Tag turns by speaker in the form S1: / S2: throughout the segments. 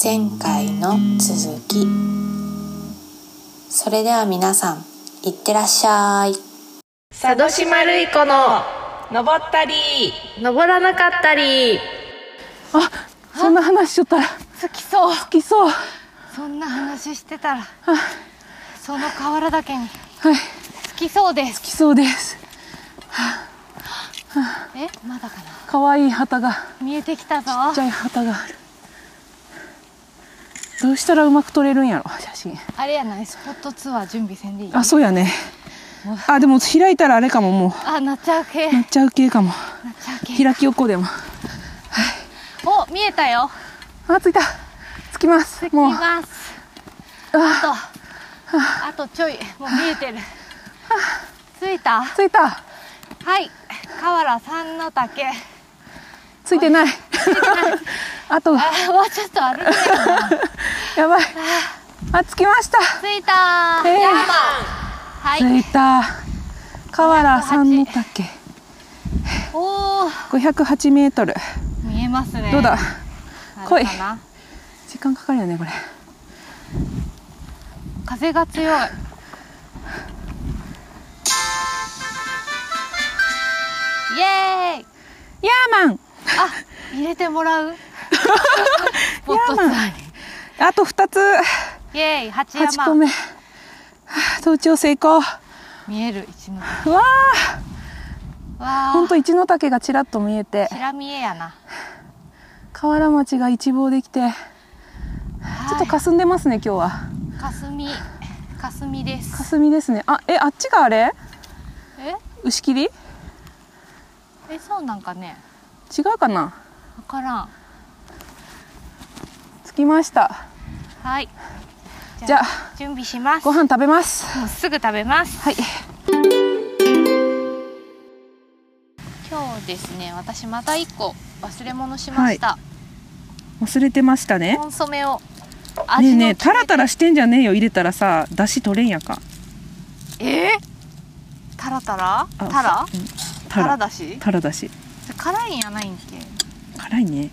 S1: 前回の続きそれでは皆さんいってらっしゃい
S2: 佐渡島るい子の登ったり登らなかったり
S3: あそんな話しちょったら
S4: 好きそう
S3: 来そうは
S4: そんな話して たらその河原だけに
S3: い
S4: 好きそうです
S3: 来そうです
S4: えまだかな
S3: 可愛い旗が
S4: 見えてきたぞ
S3: ちっちゃい旗があるどうしたらうまく撮れるんやろ写真
S4: あれやないスポットツアー準備せんでいい
S3: あそうやねあでも開いたらあれかもも
S4: あなっちゃう系
S3: う
S4: な
S3: な
S4: っ
S3: っちゃう系かも
S4: ちゃう系
S3: 開き横でも
S4: お見えたよ
S3: あ着いた着きます
S4: 見
S3: もう
S4: ますあとあとちょいもう見えてる着いた
S3: 着いた
S4: はい河原三の竹
S3: 着いてない あと
S4: あもうちょっと歩いてるな
S3: やばいあ着きました
S4: 着いた
S3: えー
S4: はい
S3: 着いた河原三の岳
S4: おお
S3: 508メートル
S4: 見えますね
S3: どうだ
S4: あ
S3: 来い
S4: れかな
S3: 時間かかるよねこれ
S4: 風が強いイエーイ
S3: ヤーマン
S4: あ入れても らうポットツアーに
S3: あと2つ
S4: イエーイ八
S3: 8個
S4: 山
S3: 目はあ登頂成功う
S4: 見える一のわ
S3: わ
S4: あ
S3: あほんと一の岳がちらっと見えて
S4: 白見えやな
S3: 河原町が一望できてちょっと
S4: か
S3: 霞んでますね今日は
S4: かすみかすみです
S3: 霞ですねあえあっちがあれ
S4: え
S3: 牛切り違
S4: えそうなんかね
S3: うかな
S4: わからん
S3: 着きました
S4: はい
S3: じゃあ
S4: 準備します
S3: ご飯食べます
S4: もうすぐ食べます
S3: はい
S4: 今日ですね私また一個忘れ物しました、
S3: 忘れてましたね
S4: コンソメを
S3: ね
S4: 味
S3: え
S4: の
S3: ねえ
S4: 決め
S3: タラタラしてんじゃねえよ入れたらさ出汁取れんやか
S4: えー、タラタラ
S3: あ
S4: タラ
S3: タ
S4: タラ
S3: ラ
S4: だし
S3: タラだし
S4: 辛いんやないんけ
S3: 辛いね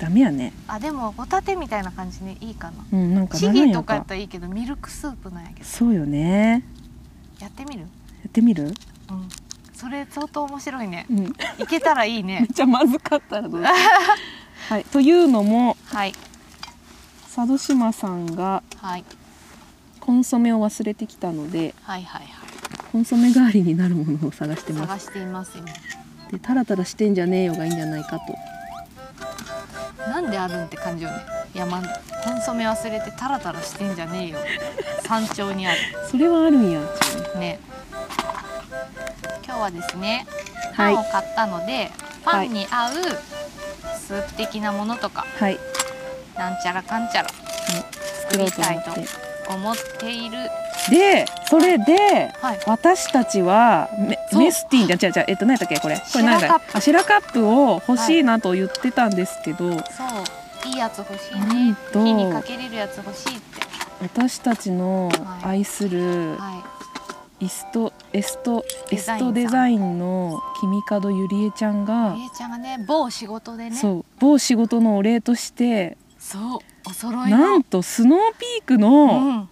S3: ダメやね
S4: あでもホタテみたいな感じでいいかな
S3: うんなんか
S4: チ
S3: ならん
S4: ゲ
S3: や
S4: とかや
S3: か
S4: ったらいいけどミルクスープなんやけど
S3: そうよね
S4: やってみる
S3: やってみる
S4: うんそれ相当面白いね
S3: うんめっ
S4: いけたらい いね
S3: ちゃまずかったらどうしよ うはい、というのも
S4: はい
S3: 佐渡島さんが
S4: はい
S3: コンソメを忘れてきたので
S4: はいはいは
S3: コンソメ代わりになるものを探して
S4: い
S3: ます
S4: 探しています今
S3: でタラタラしてんじゃねえよがいいんじゃないかと
S4: なんであるんって感じよね山コンソメ忘れてタラタラしてんじ ゃねえよ山頂にある
S3: それはあるんや
S4: ね今日はですねパ
S3: はい
S4: ンを買ったので、パンに合うスープ的なものとか、
S3: はい
S4: なんちゃらかんちゃら
S3: 作ろうと思っ
S4: 作り
S3: て
S4: 思っている
S3: でそれで
S4: はい
S3: 私たちはメ
S4: そう
S3: メスティンじゃ違う違うえっと何だっけこれこれ何だ
S4: シラカッ
S3: あシラカップを欲しいなと言ってたんですけど、
S4: そういいやつ欲しい
S3: なん
S4: ね
S3: と
S4: 火にかけれるやつ欲しいって
S3: 私たちの愛する
S4: はい
S3: イストエストエ
S4: デ
S3: ス
S4: ザインさん
S3: トデザインの君角ゆりえちゃんが、
S4: りえちゃんがね某仕事でねそう
S3: そう某仕事のお礼として
S4: お揃いの
S3: なんとスノーピーク
S4: う
S3: の
S4: ん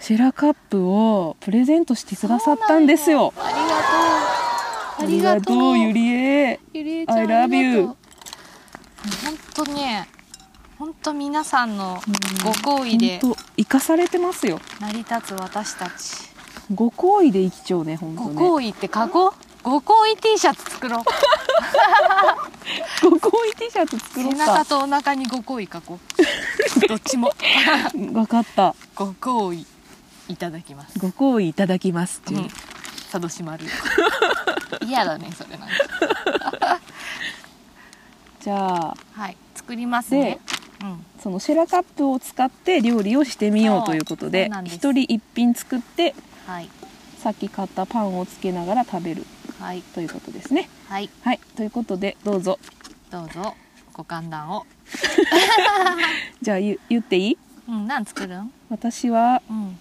S3: シェラカップをプレゼントしてくださったんですよ。
S4: ありがとうありがとう
S3: ゆりえ。
S4: ゆりえちゃん
S3: I love you
S4: 本当ね本当皆さんのご厚意で
S3: 本当生かされてますよ。
S4: 成り立つ私たち、
S3: ご好意で生きちゃうね本当
S4: ご
S3: ね。
S4: 厚意ってかごご厚意 T シャツ 作ろう
S3: ご好意 T シャツ作ろ
S4: 背
S3: う
S4: 中
S3: か。
S4: とお腹にご厚意書こうどっちも
S3: わかった。
S4: ご厚意いただきます、
S3: ご好意いただきますって
S4: う、
S3: いうん
S4: 佐渡 島る嫌だねそれなんか
S3: じゃあ
S4: はい作りますねうん
S3: そのシェラカップを使って料理をしてみようということ
S4: そうそ
S3: で
S4: うなんです
S3: 一人一品作って
S4: はい
S3: さっき買ったパンをつけながら食べる
S4: はい
S3: ということですね。
S4: はい
S3: はいということでどうぞ
S4: どうぞご勘談を
S3: じゃあゆ言っていい
S4: うん何作るん
S3: 私は
S4: うん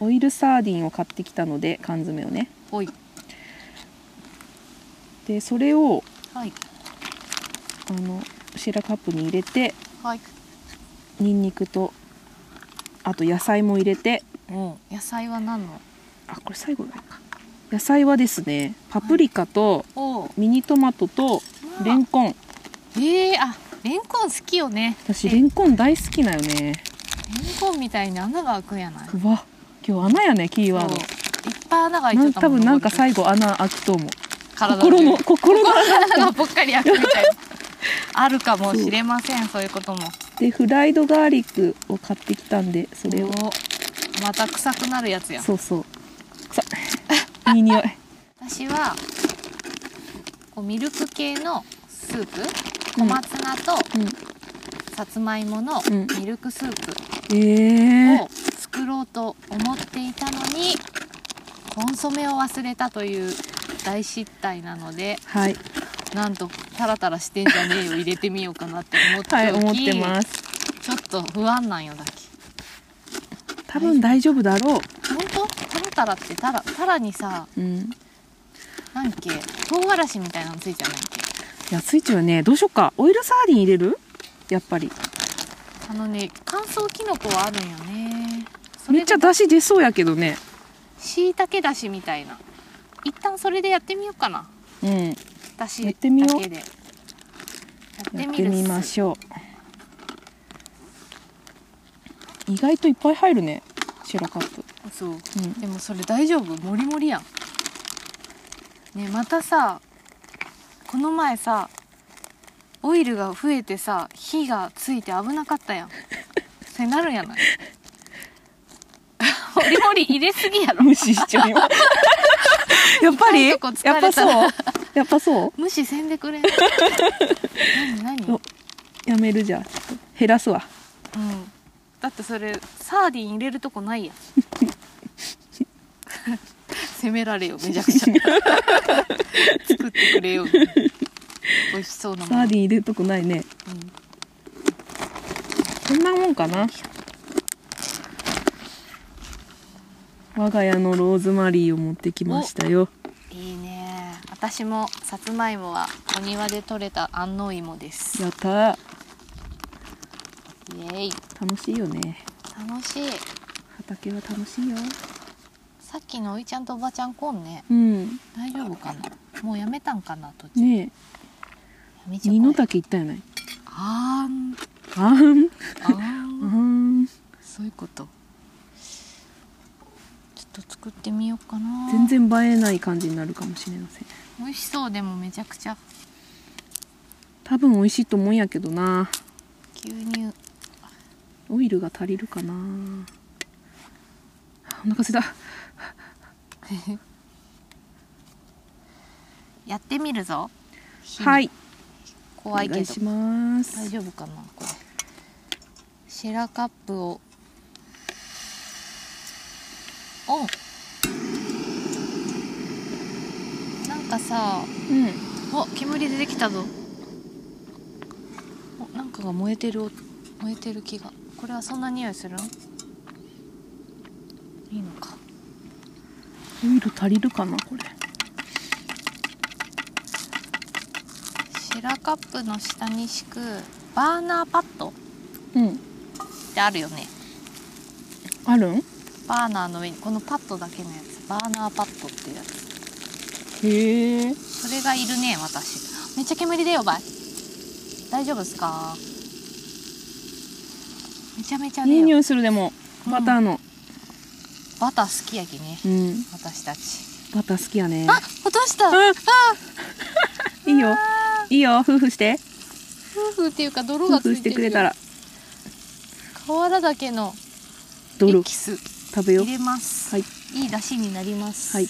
S3: オイルサーディンを買ってきたので缶詰をね
S4: おい
S3: でそれを
S4: はい
S3: あのシェラカップに入れて
S4: はい
S3: ニンニクとあと野菜も入れて
S4: 野菜は何の
S3: あこれ最後だよ野菜はですねパプリカと
S4: おう
S3: ミニトマトとレンコン
S4: えー、あレンコン好きよね
S3: 私
S4: レ
S3: レ
S4: ン
S3: ンコン大好きなよね
S4: コンみたいに穴が開くんやないう
S3: わ今日穴やねキーワー
S4: そう
S3: ド
S4: いっぱい穴が開いちゃ
S3: な
S4: っ
S3: ん
S4: た
S3: 多
S4: も
S3: 分なんか
S4: 最
S3: 最後穴開くと思う
S4: 体
S3: 心の心の
S4: 穴がぽっかり開くみたいなあるかもしれませんそういうことも
S3: でフライドガーリックを買ってきたんでそれを
S4: おまた臭くなるやつや
S3: そうそう臭いいい匂い
S4: 私はこうミルク系のスープ
S3: う
S4: 小
S3: ん
S4: 松菜とさつまいもの
S3: うん
S4: ミルクスープ
S3: うんええ
S4: を作ろうと思っていたのにコンソメを忘れたという大失態なので
S3: はい
S4: なんとタラタラしてんじゃねえよ入れてみようかなって思っておき、
S3: はい思ってます
S4: ちょっと不安なんよだけ
S3: 多分大丈夫だろ
S4: 本当タラタラってタラタラにさ
S3: ううん
S4: なんけ唐辛子みたいなのついちゃうんだっ
S3: い
S4: け
S3: やスイッチはねどうしようかオイルサーディン入れるやっぱり
S4: あのね乾燥キノコはあるんよねそ
S3: め
S4: れ
S3: っちゃ
S4: で
S3: 出汁出そうやけどね
S4: しいたけだしみたいな一旦それでやってみようかな
S3: うん
S4: だし
S3: や
S4: だ
S3: ってみよう
S4: けでやって
S3: やっ
S4: み
S3: て
S4: るっす
S3: みましょう意外といっぱい入るね白カップ
S4: そう
S3: うん
S4: でもそれ大丈夫モリモリやんねまたさこの前さオイルが増えてさ火がついて危なかっ たやんそれなるんやないモリモリ入れすぎやろ
S3: 無視しちゃ うよやっぱりや
S4: 痛い
S3: っ
S4: とこ疲れ
S3: ぱ
S4: た
S3: そう
S4: な
S3: やっぱそ
S4: 無視せんで くれ何何、うん
S3: お、うやめるじゃあ減らすわ
S4: だってそれサーディン入れるとこな いやん責められよめちゃ くちゃ作ってくれよ美味しそうな
S3: サ
S4: もの
S3: ーディン入れるとこないね
S4: うん
S3: こんなもんかな我が家のローズマリーを持ってきましたよ
S4: いいね私もさつまいもはお庭で採れた安納芋ですイ
S3: やったー
S4: エーイ
S3: 楽しいよね
S4: 楽しい
S3: 畑は楽しいよ
S4: さっきのおいちゃんとおばちゃん来んね
S3: うん
S4: 大丈夫かなもうやめたんかな途中や
S3: ね
S4: めち
S3: え
S4: ゃ
S3: 二の
S4: 怖い
S3: 滝行ったよね
S4: あーん
S3: あん
S4: あーん
S3: あん
S4: そういうことちょっと作ってみようかな
S3: 全然映えない感じになるかもしれません
S4: 美味しそうでもめちゃくちゃ
S3: 多分美味しいと思うんやけどな
S4: 牛乳
S3: オイルが足りるかなあお腹すいた
S4: やってみるぞ火
S3: はいお
S4: 怖
S3: 願
S4: いけ
S3: い
S4: ど
S3: します
S4: 大丈夫かなこれシェラカップをオンなんかさ
S3: うん
S4: お煙出てきたぞおなんかが燃えてる音燃えてる気がこれはそんな匂いするんいいのか
S3: オイル足りるかなこれ
S4: シェラカップの下に敷くバーナーパッドっ
S3: うん
S4: てあるよね
S3: あるんへ
S4: バーナーの上にこのパッドだけのやつバーナーパッドっていうやつ
S3: え
S4: それがいるね私めっちゃ煙出よばい大丈夫っすかめちゃめちゃ
S3: いい
S4: 出よ
S3: 匂いするでも
S4: うん
S3: バターの
S4: バター好きやきね
S3: うん
S4: 私たち
S3: バター好きやね
S4: あ落とした
S3: うんいいよいいよ夫婦して
S4: 夫婦っていうか泥
S3: 夫
S4: がつ
S3: 婦
S4: い
S3: してて
S4: る
S3: くれたら
S4: 瓦だけのエ
S3: 泥
S4: キス
S3: 食べよう
S4: 入れます、
S3: はい、
S4: い出汁になります、
S3: はい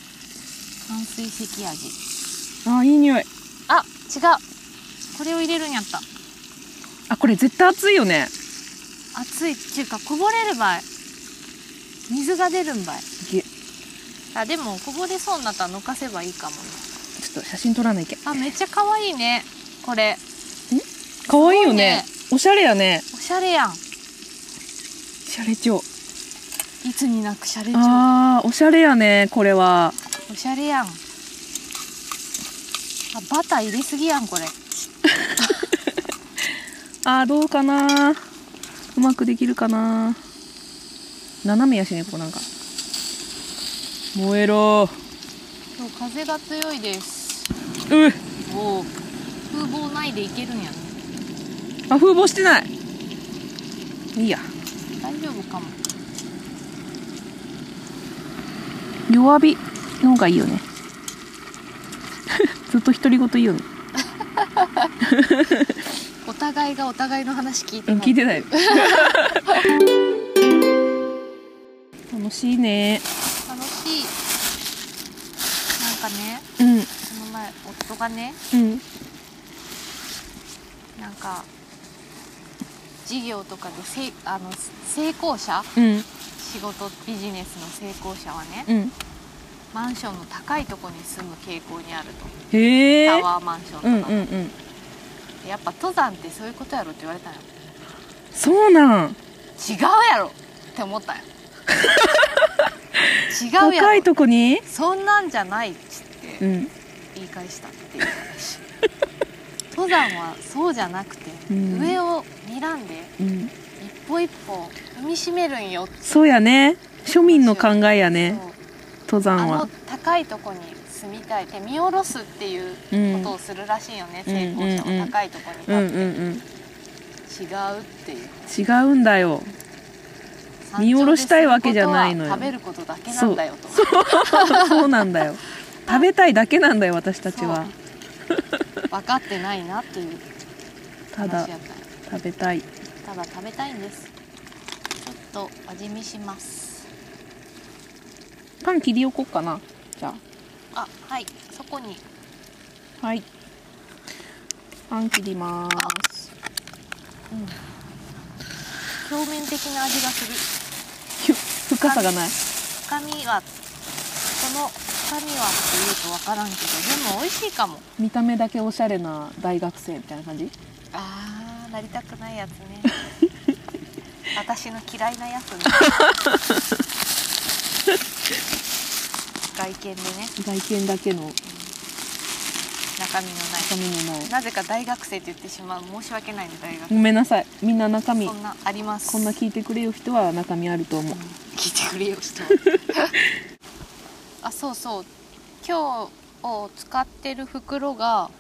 S4: 炭水石味
S3: あーいい匂い
S4: あ違うこれを入れるんやった
S3: あこれ絶対熱いよね
S4: 熱いっていうかこぼれるばい水が出るんばい
S3: いえち
S4: あでもこぼれそうになったらのかせばいいかもね
S3: ょっと写真撮らないけ
S4: あめっちゃ可愛いねこれ
S3: 可愛いよ
S4: す
S3: ねおしゃれやね
S4: おしゃれやん
S3: シャレ帳
S4: いつになくしゃれちゃう
S3: あーおしゃれやねこれは
S4: おしゃれやんあバター入れすぎやんこれ
S3: あーどうかなうまくできるかな斜めやしねこうなんか燃えろ
S4: 今日風が強いです
S3: うっ
S4: おお風防ないでいけるんやね
S3: あ風防してないいいや
S4: 大丈夫かも
S3: 弱火の方がいいよ ねずっと独り言言うの
S4: お互いがお互いの話聞いて
S3: うん
S4: ない
S3: 聞いてない 楽しいね
S4: 楽しいなんかね
S3: うん
S4: その前夫がね
S3: うん
S4: なんか事業とかでせいあの成功者
S3: うん
S4: 仕事ビジネスの成功者はね
S3: うん
S4: マンションの高いとこに住む傾向にあると
S3: へ
S4: タ
S3: え
S4: ワーマンションとか
S3: うん
S4: の、
S3: うんうん
S4: やっぱ登山ってそういうことやろって言われたんよ
S3: そうなん
S4: 違うやろって思ったんよ違う や
S3: 高い
S4: ろ
S3: とこに
S4: そんなんじゃないっつって
S3: うん
S4: 言い返したっていう話登山はそうじゃなくて、
S3: うん
S4: 上を睨んで
S3: うん
S4: 一歩一歩踏みしめるんよって
S3: そうやね庶民の考えやね
S4: そう
S3: 登
S4: あ
S3: 山
S4: の
S3: は
S4: 高いとこに住みたいって見下ろすっていうことをするらしいよね、
S3: うん
S4: 成功者
S3: うんうんう
S4: は
S3: ん
S4: 高いとこに立って、
S3: うんうんうん
S4: 違うっていう
S3: 違うんだよ
S4: 山頂ですることは
S3: 見下ろしたいわけじゃないのよ
S4: 食べることだけなんだよと
S3: そうそうなんだよ食べたいだけなんだよ私たちは
S4: 分かってないなっていう
S3: ただ
S4: 話やったんよ
S3: 食べたい
S4: ただ食べたいんですちょっと味見します
S3: パン切りおこっかなじゃ
S4: あはいそこに
S3: あはいパン切りまーす
S4: 表面的な味がする
S3: ひゅ深さがない
S4: 深みはこの深みはって言うと分からんけどでも美味しいかも
S3: 見た目だけおしゃれな大学生みたいな感じ
S4: あーなりたくないやつ ね私の嫌いな やつね外見でね
S3: 外見だけの
S4: 中身の
S3: 中身のない
S4: ないなぜか大学生って言ってしまう申し訳ないね大学
S3: ごめんなさいみんな中身
S4: そんなあります
S3: こんな聞いてくれよ人は中身あると思う
S4: 聞いてくれよ人 あそうそう今日を使ってる袋が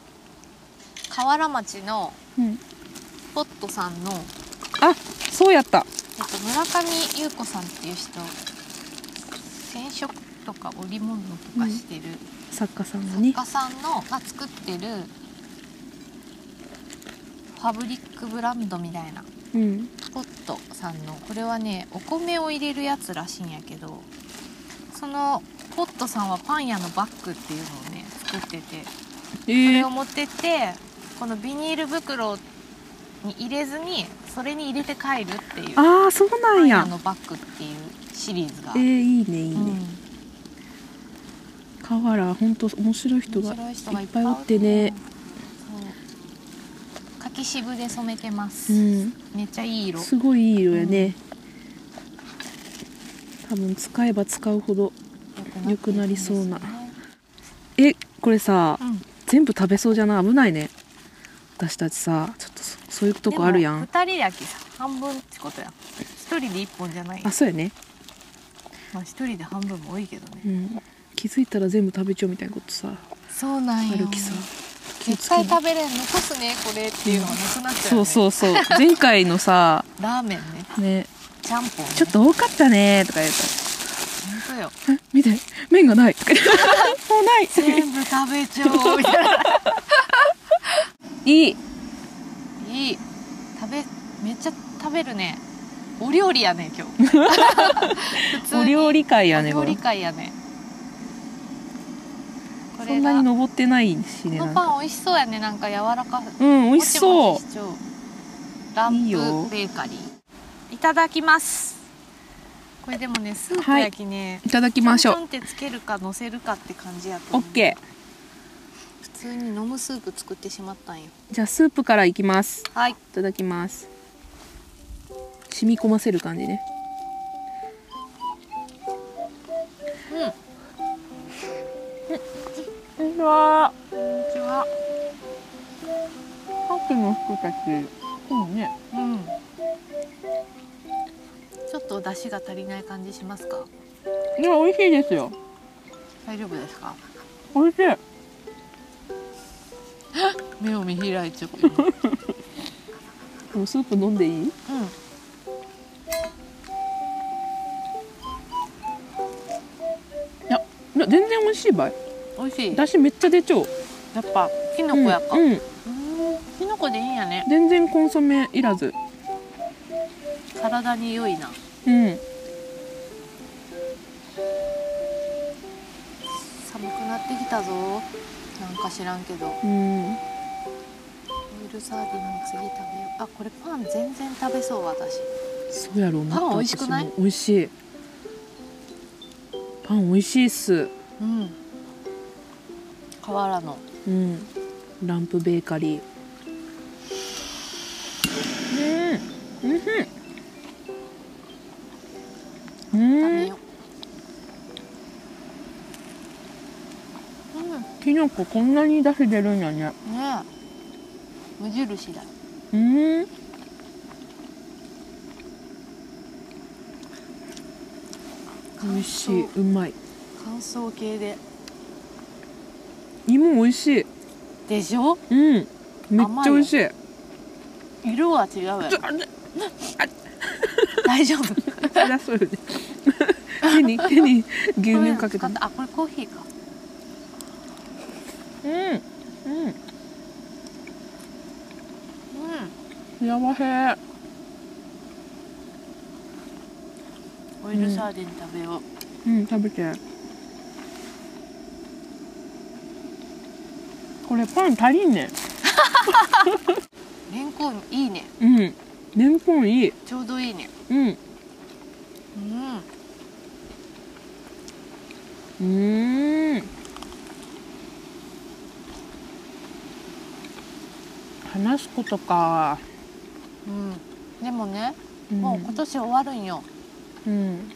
S4: 河原町の
S3: うん
S4: ポットさんの、えっ
S3: あそうやった
S4: と、村上優子さんっていう人染色とか織物とかしてる
S3: 作家さんが
S4: 作
S3: ね
S4: 家さんのが作ってるファブリックブランドみたいな
S3: うん
S4: ポットさんのこれはねお米を入れるやつらしいんやけどそのポットさんはパン屋のバッグっていうのをね作ってて
S3: え
S4: それ
S3: ー
S4: を、持ってってこのビニール袋に入れずにそれに入れて帰るっていう
S3: ああそうな
S4: パ
S3: ん
S4: ン
S3: や
S4: 屋のバッグっていうシリーズが、
S3: えー、いいねいい
S4: うん
S3: ね、河原ほんと面白い人が
S4: 面白い人が
S3: い
S4: い
S3: っ
S4: っ
S3: ぱ
S4: ぱ
S3: い
S4: い
S3: お
S4: お
S3: っ
S4: ってて
S3: ね
S4: ねそう柿渋で染めてます、
S3: うん
S4: めっちゃいい色
S3: すごいいい色やね、多分使えば使うほど良くなりそうな
S4: 良くなって
S3: えこれさ、
S4: るんですよねうん
S3: 全部食べそうじゃない危ないね私たちさちょっとそそういうとこあるや
S4: でも
S3: ん
S4: 二人だけさ半分ってことやん一人で一本じゃない
S3: あそうやね、
S4: まあ一人で半分も多いけどね、
S3: うん、気づいたら全部食べちゃうみたいなことさ
S4: そうなんよ
S3: 歩きさ気をつ
S4: 絶
S3: けな
S4: 対食べれん残すねこれっていうのがなくなっちゃう、ね
S3: そうそうそう前回のさ
S4: ラーメンね
S3: ね
S4: ちゃんぽん、ね、
S3: ちょっと多かったねとか言うと
S4: 本当よ
S3: え見て麺がないとか言って もうない
S4: 全部食べちゃおうみたいない
S3: い
S4: いい食べめっちゃ食べるねお料理やね今 日普通に
S3: お料理会やね
S4: お
S3: こ
S4: 料
S3: れ
S4: 理会やねこ
S3: そ
S4: れ
S3: んな
S4: が
S3: に登ってないしねな
S4: この
S3: んか
S4: パン美味しそうやねなんか柔らか
S3: うん美味しそう
S4: もちもちしちゃうラン
S3: いいよ
S4: プベーカリーいただきますこれでもねスープ焼きね、
S3: いただき
S4: ちょ
S3: ま
S4: ん
S3: し
S4: ち
S3: ょ
S4: ょ
S3: うん
S4: ってつけるかのせるかって感じやと
S3: オ
S4: 思う
S3: ッケ
S4: 普通に飲むスープ作ってしまったんよ
S3: ーじゃあスープからいきます
S4: はい
S3: いただきます染み込ませる感じねうんこんにちは
S4: こんにちは
S3: さっきの人たちうんね
S4: うんちょっと出汁が足りない感じしますか
S3: いや美味しいですよ
S4: 大丈夫ですか
S3: 美味しい
S4: 目を見開いちゃって今う
S3: で
S4: ん
S3: もスープ飲んでいいいやいや全然美味しいばい
S4: 美味しいや
S3: だしめっちゃ出ちゃう
S4: っぱきのこやっぱ、
S3: うんうん
S4: うんきのこでいいんやね
S3: 全然コンソメいらず
S4: 体に良いな
S3: うん
S4: 寒くなってきたぞなんか知らんけどオ
S3: うん
S4: イルサーディンも次食べようあこれパン全然食べそう私
S3: そうやろう
S4: パン美味しくない
S3: 美味しいパン美味しいっす
S4: うん変わらの
S3: うんランプベーカリーうんうん
S4: 食
S3: う
S4: べ
S3: んうん
S4: よううんね
S3: きのここんなに出汁出るんやね
S4: え無印だ
S3: うん美味しいうまい
S4: 乾燥系で
S3: 芋美味しい
S4: でしょ
S3: うんめっちゃ美味しい
S4: 色は違うやろ
S3: あね
S4: 大丈夫
S3: そりゃそうよね手に手に牛乳かけた
S4: これ使っあこれコーヒーか
S3: うんうん
S4: う
S3: 幸せ
S4: んオイルサーディン食べよう、
S3: うん食べてこれパン足りんね
S4: レンコンいいね
S3: うんレンコンいい
S4: ちょうどいいね
S3: うん
S4: うん
S3: うーん話すことか、
S4: うんでもね、
S3: うん、
S4: もう今年終わるんよ
S3: うん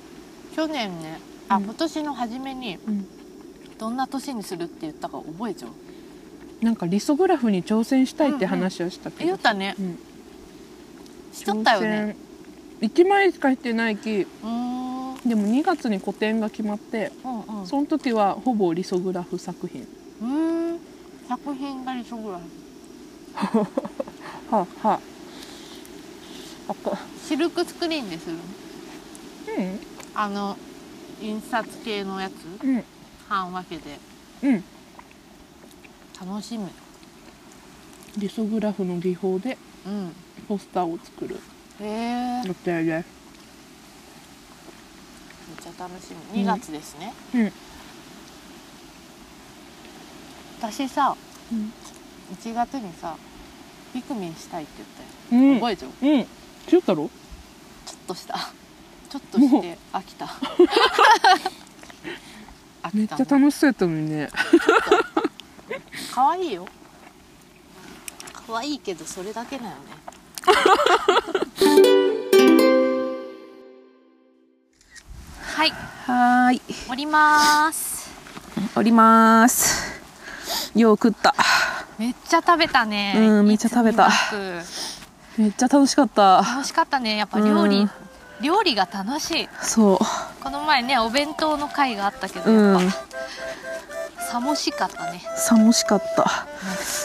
S4: 去年ねあ、
S3: うん
S4: 今年の初めに
S3: うん
S4: どんな年にするって言ったか覚えちゃう
S3: なんかリソグラフに挑戦したいって話をした
S4: え
S3: けど、
S4: 言ったね
S3: うん
S4: しちゃったよね
S3: 挑戦1枚しかしてないき
S4: うーんうん
S3: でも2月に個展が決まって
S4: うん
S3: その時はほぼリソグラフ作品
S4: うーん作品が理想ぐらい
S3: はあはああこ
S4: シルクスクリーンでする
S3: う
S4: あの印刷系のやつ
S3: んうん
S4: 半分けで
S3: うん
S4: 楽しみ
S3: リソグラフの技法で
S4: うん
S3: ポスターを作る
S4: へえめっ
S3: 予定です
S4: ちゃ楽し
S3: う
S4: み
S3: ん
S4: 2月ですね
S3: うん
S4: 私さ
S3: うん
S4: 1月にさピクミンしたいって言ったよ
S3: うん
S4: 覚えちゃう
S3: うん中太郎
S4: ちょっとしたちょっとして飽き た飽
S3: めっち
S4: きた
S3: ゃ
S4: ね
S3: 楽しそうやったのにね
S4: 可愛いよ可愛いけどそれだけだよねはい
S3: はーい
S4: 降ります
S3: おりますよう食った
S4: めっちゃ食べたね
S3: うんめっちゃ食べた
S4: いつになく
S3: めっちゃ楽しかった
S4: 楽しかったねやっぱ料理、
S3: うん
S4: 料理が楽しい
S3: そ
S4: この前ねお弁当の会があったけど
S3: う
S4: や
S3: う
S4: っ
S3: ん
S4: ぱ、寂しかったね
S3: 寒しかった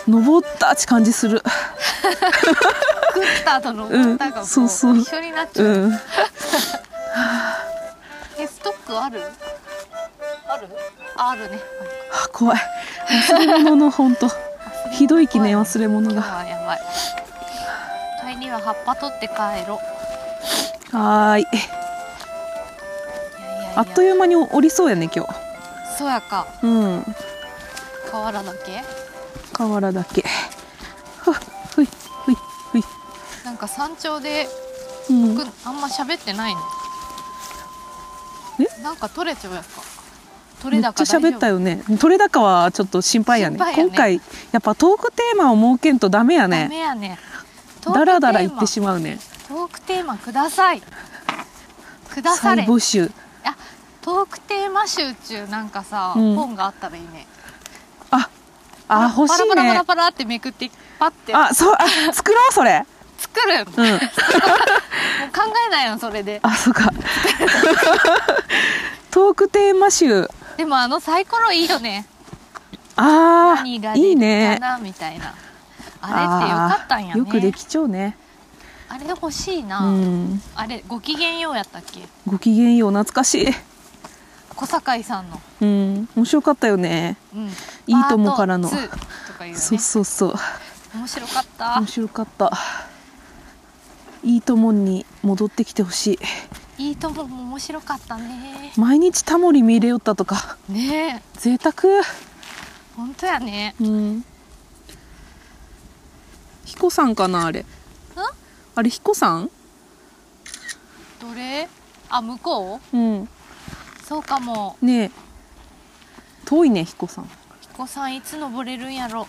S3: 登ったって感じする
S4: 食った後の歌がも
S3: うん
S4: う
S3: そうそう
S4: 一緒になっちゃう、
S3: うん
S4: えストックあるあるああるね
S3: あ怖い忘れ物の本当ひどいきね忘れ物
S4: 今
S3: が
S4: 日はやばい帰りは葉っぱ取って帰ろ
S3: はーい
S4: いやいやい
S3: あ
S4: や
S3: っという間に降りそうやね今日
S4: そやか
S3: うん
S4: 河原だけ
S3: 河原だけふっふいふいふい
S4: なんか山頂で
S3: うん
S4: 僕あんま喋ってないのなんか取れちゃうやつか取
S3: め
S4: れ
S3: っちゃ
S4: 高大丈夫
S3: 喋ったよね取れ高はちょっと心配やね
S4: 心配やね
S3: 今回やっぱトークテーマを設けんとダメや
S4: ダ
S3: ね
S4: メやね
S3: ダラダラ言ってしまうね
S4: トークテーマくださいくださ
S3: 再
S4: れ
S3: 募集
S4: あトークテーマ集中なんかさ、
S3: うん
S4: 本があったらいいね
S3: ああ欲しい
S4: パラパラパ
S3: ね
S4: ラパラってめくってパッて
S3: あそうあ作ろうそれ
S4: 作るもう考
S3: うん。
S4: えないのそれで
S3: あ、そうか。 トークテーマ集。
S4: でもあのサイコロいいよね
S3: あ
S4: 何が
S3: あ、
S4: 出
S3: いい
S4: るか
S3: ね。
S4: なみたいなあれってよ
S3: あ
S4: かったんや
S3: ー
S4: ね
S3: よくできちゃうね。
S4: あれ欲しいうな、
S3: ん。
S4: あれごきげんようやったっけ
S3: ごきげんよう、懐かしい。
S4: 小堺さんの、
S3: うん。面白かったよね。
S4: うん、い
S3: いいともからの
S4: とかいうね
S3: そうそうそう。
S4: 面白かった
S3: 面白かった。いいともに戻ってきてほしい。
S4: いいともも面白かったね
S3: 毎日タモリ見れよったとか。
S4: ねえ
S3: 贅沢。
S4: 本当やね
S3: うん。彦さんかなあれ。あれ彦さん？
S4: どれあ向こ
S3: うん。
S4: うそうかも
S3: ねえ。遠いね彦さん。
S4: 彦さんいつ登れるんやろ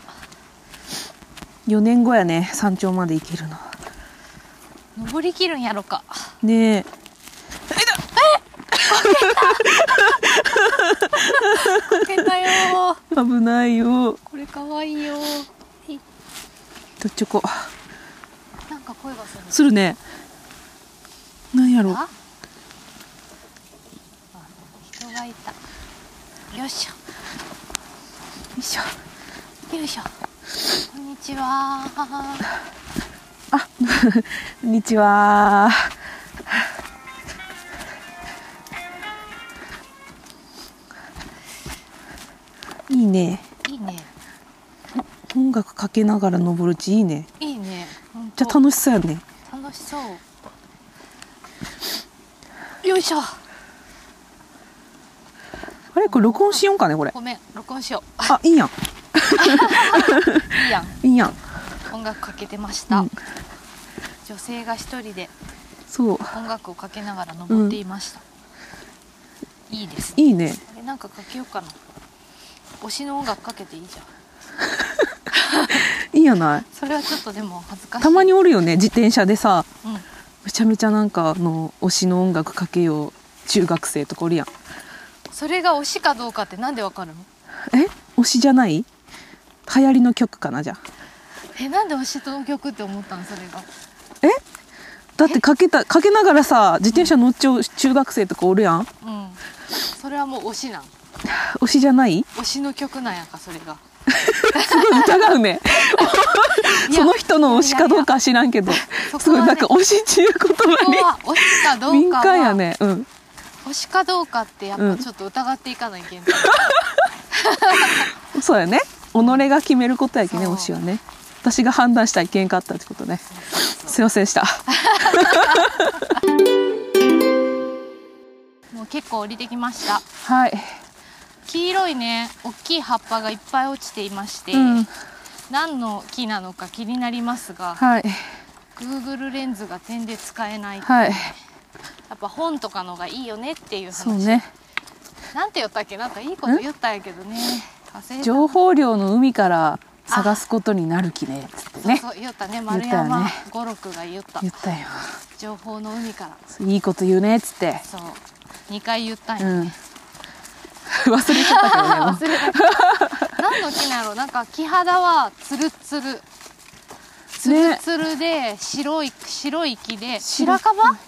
S3: 4年後やね山頂まで行けるの。
S4: 登りきるんや ろか
S3: ねえ。
S4: こけたよ
S3: 危ないよ。
S4: これかわいいよ
S3: どっちょこ。
S4: なんか声がする
S3: するね。なんやろ。
S4: あ人がいたよいし
S3: よいしょ。
S4: ょよいしょこんにちは
S3: こんにちは。いいね。
S4: いいね
S3: 音楽かけながら登るうちいいね。
S4: いいねほん
S3: じ
S4: と
S3: ゃあ楽しそうやね。
S4: 楽しそうよいしょ
S3: あれこれ録音しようかねこれ。
S4: ごめん録音しよ
S3: あいいやん
S4: ういいやん
S3: いいやん。
S4: 音楽かけてました、
S3: うん
S4: 女性が一人で
S3: そう
S4: 音楽をかけながら登っていました、いいですね
S3: いいね。
S4: あれなんかかけようかな推しの音楽かけていいじゃん
S3: いいやない。
S4: それはちょっとでも恥ずかしい
S3: たまにおるよね自転車でさ
S4: うん
S3: めちゃめちゃなんかあの推しの音楽かけよう中学生とかおるやん。
S4: それが推しかどうかってなんでわかるの
S3: え推しじゃない？流行りの曲かなじゃあ。
S4: えなんで推しとの曲って思ったのそれが
S3: えだってかけたかけながらさ自転車乗っちゃう中学生とかおるやん
S4: うんそれはもう推しなん
S3: 推しじゃない
S4: 推しの曲なんやかそれが
S3: すごい疑うね
S4: いや
S3: その人の推しかどうかは知らんけど、
S4: そこはね
S3: すごいなんか推しっていう言
S4: ここ
S3: 葉
S4: は推しかど
S3: に
S4: う
S3: 敏
S4: か
S3: 感や
S4: は、
S3: ねうん
S4: 推しかどうかってやっ
S3: う
S4: ぱ
S3: ん
S4: ちょっと疑っていかないけん、と
S3: そうやね己が決めることやけね
S4: そう
S3: 推しはね私が判断したらいけんかったってことねすいませんでした
S4: もう結構降りてきました
S3: はい、
S4: 黄色いね大きい葉っぱがいっぱい落ちていまして、
S3: うん
S4: 何の木なのか気になりますが
S3: はい
S4: Google レンズが点で使えない、
S3: はい
S4: やっぱ本とかのがいいよねっていう話
S3: そうね
S4: なんて言ったっけなんかいいこと言ったんやけどね忘れた
S3: 情報量の海から探すことになるきねつってね
S4: そうそう言ったね
S3: たよね
S4: 丸山五六が言った
S3: 言ったよ
S4: 情報の海から
S3: いいこと言うねっつって
S4: そう二回言ったん
S3: う
S4: や、
S3: ん忘れちゃったけどねもう
S4: 忘れた何の木なんやろなんか木肌はツルツルツルツルで白い白い木で
S3: 白
S4: 白樺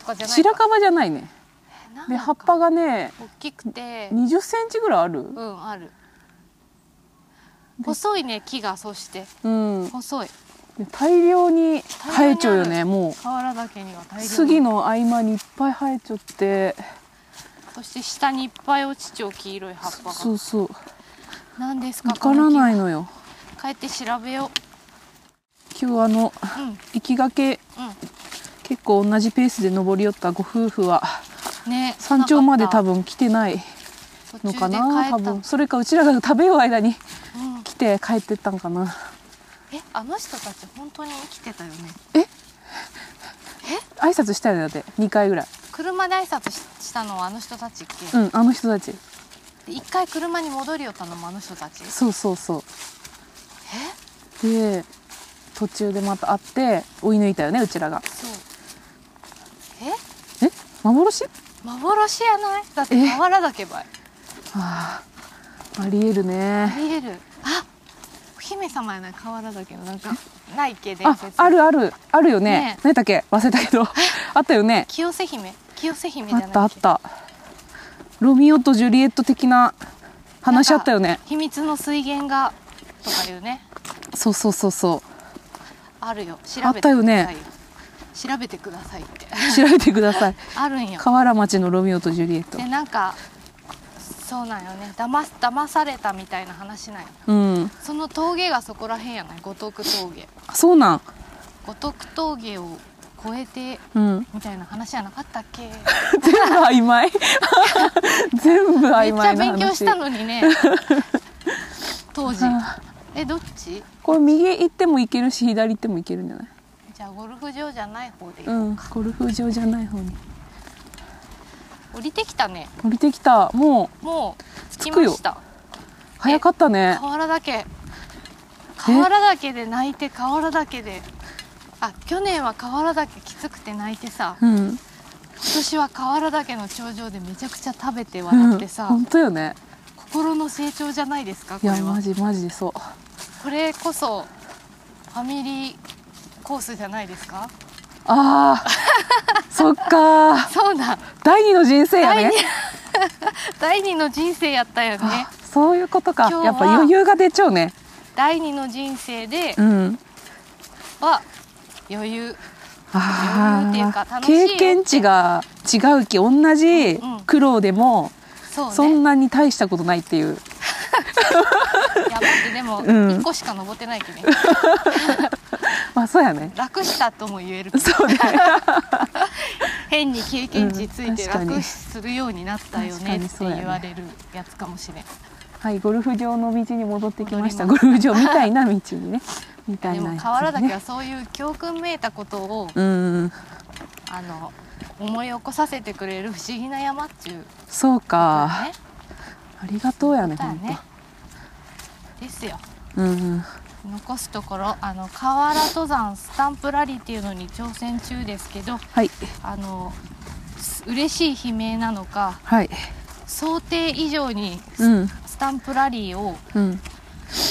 S4: とかじゃない
S3: 白樺じゃないね
S4: 樺
S3: で葉っぱがね
S4: 大きくて
S3: 2 0センチぐらいある
S4: うんある細いね木がそして
S3: うん
S4: 細い
S3: で大量に生えちゃうよねも
S4: 河原岳には
S3: う
S4: 大量に
S3: 杉の合間にいっぱい生えちゃって
S4: そして下にいっぱい落ちちゃう黄色い葉っぱ
S3: そ
S4: が
S3: うそう
S4: 何ですか
S3: わからないいのよ
S4: 帰って調べよ
S3: 今日あの
S4: ううん
S3: 行きがけ結構同じペースで登り寄ったご夫婦は
S4: うんね
S3: 山頂まで多
S4: 分
S3: 分来てないのかな多
S4: 途中で帰っ
S3: 分それかうちらが食べよう間に
S4: た、うん、
S3: 来て帰ってったんかな
S4: えあの人たち本当に生きてたよね
S3: 挨拶したよねだって2回ぐらい
S4: 車で挨拶ししたのはあの人たちっけ、
S3: うんあの人たち
S4: で一回車に戻りよったのもあの人たち
S3: そうそうそうで途中でまた会って追い抜いたよねうちらが
S4: そうえ
S3: え幻
S4: 幻やないだって
S3: え
S4: 河原岳ばい
S3: ああありえる
S4: あ
S3: ね
S4: りえるあお姫様やない河原岳のなんかないっけ伝
S3: あ
S4: 説
S3: あるあるあるよね
S4: ね
S3: 何だっけ忘れた けどあったよね
S4: 清瀬姫清瀬姫じ
S3: あ
S4: ゃない
S3: っ
S4: け
S3: たあったロミオとジュリエット的な話あったよね
S4: 秘密の水源がとかいうね
S3: そうそうそうそ
S4: あるよ調
S3: あっ
S4: べてください
S3: たよね
S4: 調べてくださいって
S3: う調べてください
S4: あるんよ
S3: 河原町のロミオとジュリエット
S4: でなんかそうなんよね騙す騙されたみたいな話なんよ
S3: うん
S4: その峠がそこらへんやない五徳峠
S3: あそうなん
S4: 五徳峠を越えて
S3: うん
S4: みたいな話じゃなかったっけ
S3: 全部曖 昧全部
S4: めっ
S3: 曖昧
S4: ちゃ
S3: な話
S4: 勉強したの にね当時えどっち
S3: これ右行っても行けるし左行っても行けるんじゃない
S4: じゃあゴルフ場じゃない方で、
S3: うんゴルフ場じゃない方に
S4: 降りてきたね
S3: 降りてきたもう
S4: もう着き
S3: 着く
S4: ま
S3: よ
S4: した
S3: 早かったね
S4: 河原岳河原岳で泣いて河原岳であ去年は河原岳きつくて泣いてさ
S3: うん
S4: 今年は河原岳の頂上でめちゃくちゃ食べて笑ってさ、
S3: 本当よね
S4: 心の成長じゃないですか
S3: い
S4: これ
S3: や
S4: は
S3: マジマジでそう
S4: これこそファミリーコースじゃないですか
S3: あ ーそっかー
S4: そうだ
S3: 第二の人生やね
S4: 第二 第二の人生やったよね
S3: あそういうことか
S4: 今日は
S3: やっぱ余裕が出ちゃうね
S4: 第二の人生で
S3: うん
S4: は余裕
S3: あー
S4: 余裕っていうか楽しいよ
S3: 経験値が違うき同じ
S4: うん
S3: 苦労でも
S4: そうね
S3: そんなに大したことないっていう
S4: いや待ってでも
S3: うん
S4: 1個しか登ってないけどね、
S3: まあそうやね
S4: 楽したとも言えるけど
S3: そうね
S4: 変に経験値ついて
S3: うん確かに
S4: 楽するようになったよ
S3: 確か
S4: ねっ
S3: に
S4: て
S3: そうやね
S4: 言われるやつかもしれん、
S3: はいゴルフ場の道に戻ってきましたゴ
S4: 戻
S3: ルフ場みたいな道に ねみた
S4: で
S3: いな
S4: も
S3: やつ
S4: 河原岳は
S3: ね
S4: そういう教訓めいたことを、
S3: うん
S4: あの思い起こさせてくれる不思議な山っちゅう
S3: そうか
S4: ね
S3: ありがとうやね
S4: だよ
S3: 本
S4: ねですよ
S3: 当うん
S4: 残すところあの河原登山スタンプラリーっていうのに挑戦中ですけど
S3: はい
S4: あのす嬉しい悲鳴なのか
S3: はい
S4: 想定以上に
S3: うん
S4: スタンプラリーを
S3: うん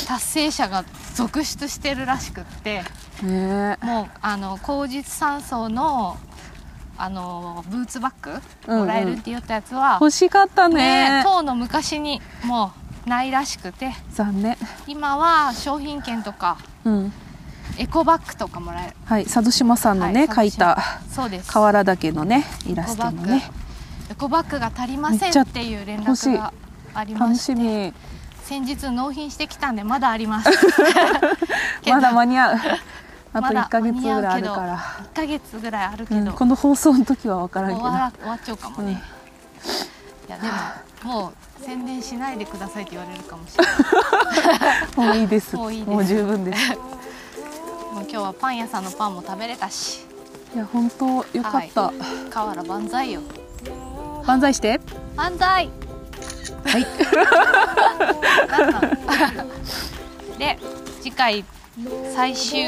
S4: 達成者が続出してるらしくって
S3: ねえ
S4: もうあの高実山荘のあのブーツバッグ
S3: うんうん
S4: もらえるって言ったやつは、
S3: 欲しかったね
S4: ね当の昔にもうないらしくて
S3: 残念
S4: 今は商品券とか
S3: うん
S4: エコバッグとかもらえる
S3: はい佐渡島さんのね、
S4: は
S3: 描
S4: い
S3: いた
S4: そうです
S3: 河原岳のねイ
S4: エ
S3: ラ
S4: コ
S3: ス
S4: バ
S3: ト
S4: ッ
S3: の
S4: グ、
S3: ね
S4: エコバッグが足りませ
S3: めっち
S4: ん
S3: ゃ
S4: っていう連
S3: 欲し
S4: 絡
S3: い
S4: がありま
S3: 楽
S4: し
S3: したみ
S4: 先日納品してきたんでまだあります け ど
S3: まだ間 に合うあ
S4: ま
S3: と
S4: だ
S3: 1ヶ月ぐらいあるか
S4: 間に
S3: ら、
S4: 1ヶ月ぐらいあるけ
S3: う
S4: ど、
S3: ん、この放送の時は分からんけ
S4: 終
S3: ど
S4: わら終わっちゃうかもね、いやでももう宣伝しないでくださいって言われるかもしれない
S3: もういいです
S4: もういいです
S3: もう十分です
S4: もう今日はパン屋さんのパンも食べれたし
S3: いや本当よかった、
S4: はい河原万歳よ
S3: 万歳して
S4: 万歳
S3: はい
S4: なんなんで次回最終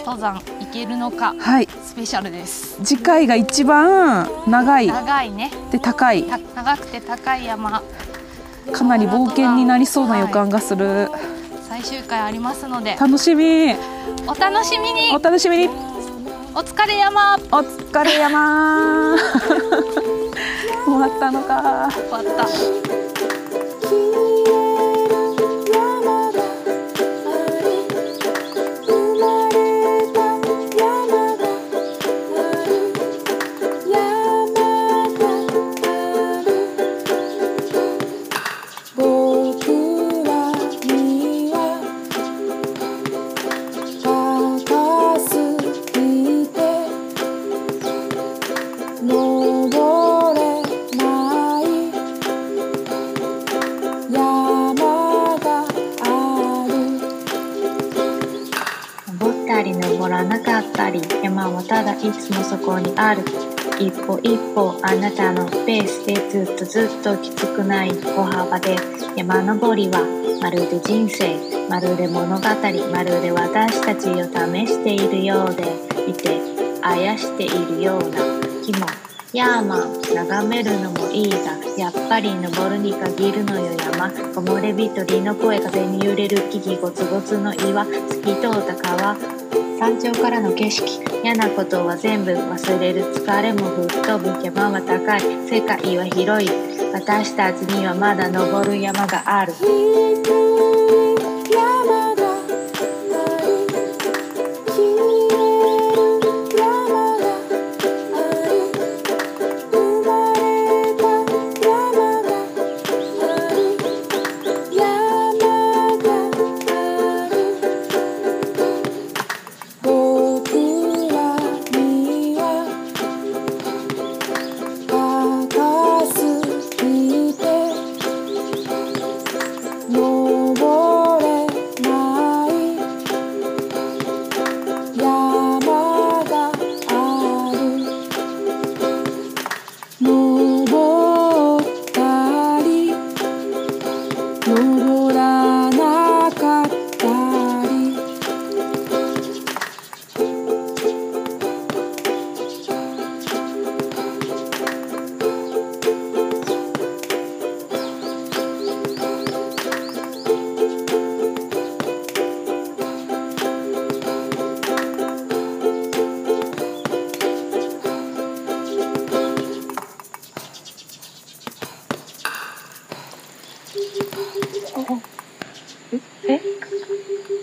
S4: 登山行けるのか
S3: はい
S4: スペシャルです
S3: 次回が一番長い
S4: 長いね
S3: で高い
S4: た長くて高い山
S3: かなり冒険になりそうな予感がする
S4: 最終回ありますので
S3: 楽しみ
S4: お楽しみに
S3: お楽しみに
S4: お疲れ山終
S3: お疲れ 山終わったのか
S4: わった
S5: 登ったり登らなかったり山はただいつもそこにある一歩一歩あなたのペースでずっとずっときつくない歩幅で山登りはまるで人生まるで物語まるで私たちを試しているようでいてあやしているような気もヤーマン眺めるのもいいがやっぱり登るに限るのよ山木漏れ日鳥の声風に揺れる木々ゴツゴツの岩透き通った川山頂からの景色嫌なことは全部忘れる疲れも吹っ飛ぶ山は高い世界は広い私たちにはまだ登る山がある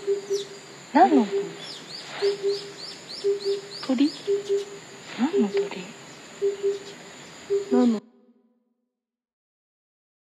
S6: 何の